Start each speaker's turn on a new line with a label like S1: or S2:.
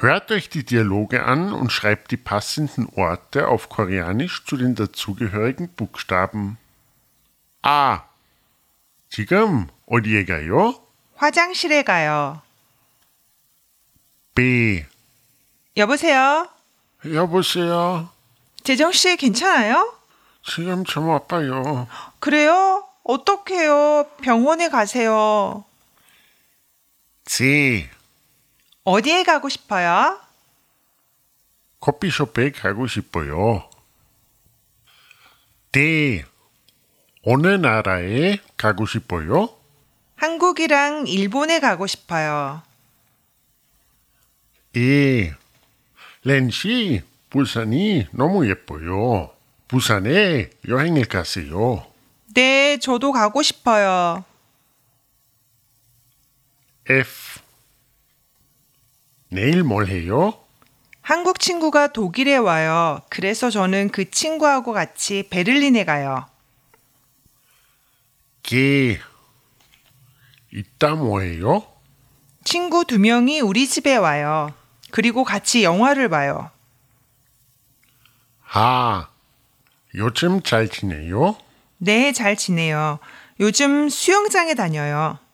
S1: Hört euch die Dialoge an und schreibt die passenden Orte auf Koreanisch zu den dazugehörigen Buchstaben. A. 지금 어디에 가요?
S2: 화장실에 가요.
S1: B.
S2: 여보세요?
S1: 여보세요.
S2: 재정씨 괜찮아요?
S1: 지금 좀 아파요.
S2: 그래요? 어떡해요? 병원에 가세요.
S1: C.
S2: 어디에 가고 싶어요?
S1: 커피숍에 가고 싶어요. D. 어느 나라에 가고 싶어요?
S2: 한국이랑 일본에 가고 싶어요.
S1: 예. 렌씨, 부산이 너무 예뻐요. 부산에 여행을 가세요.
S2: 네, 저도 가고 싶어요.
S1: F. 내일 뭘 해요?
S2: 한국 친구가 독일에 와요. 그래서 저는 그 친구하고 같이 베를린에 가요.
S1: G. 이따 뭐해요?
S2: 친구 두 명이 우리 집에 와요. 그리고 같이 영화를 봐요.
S1: 하. 요즘 잘 지내요?
S2: 네, 잘 지내요. 요즘 수영장에 다녀요.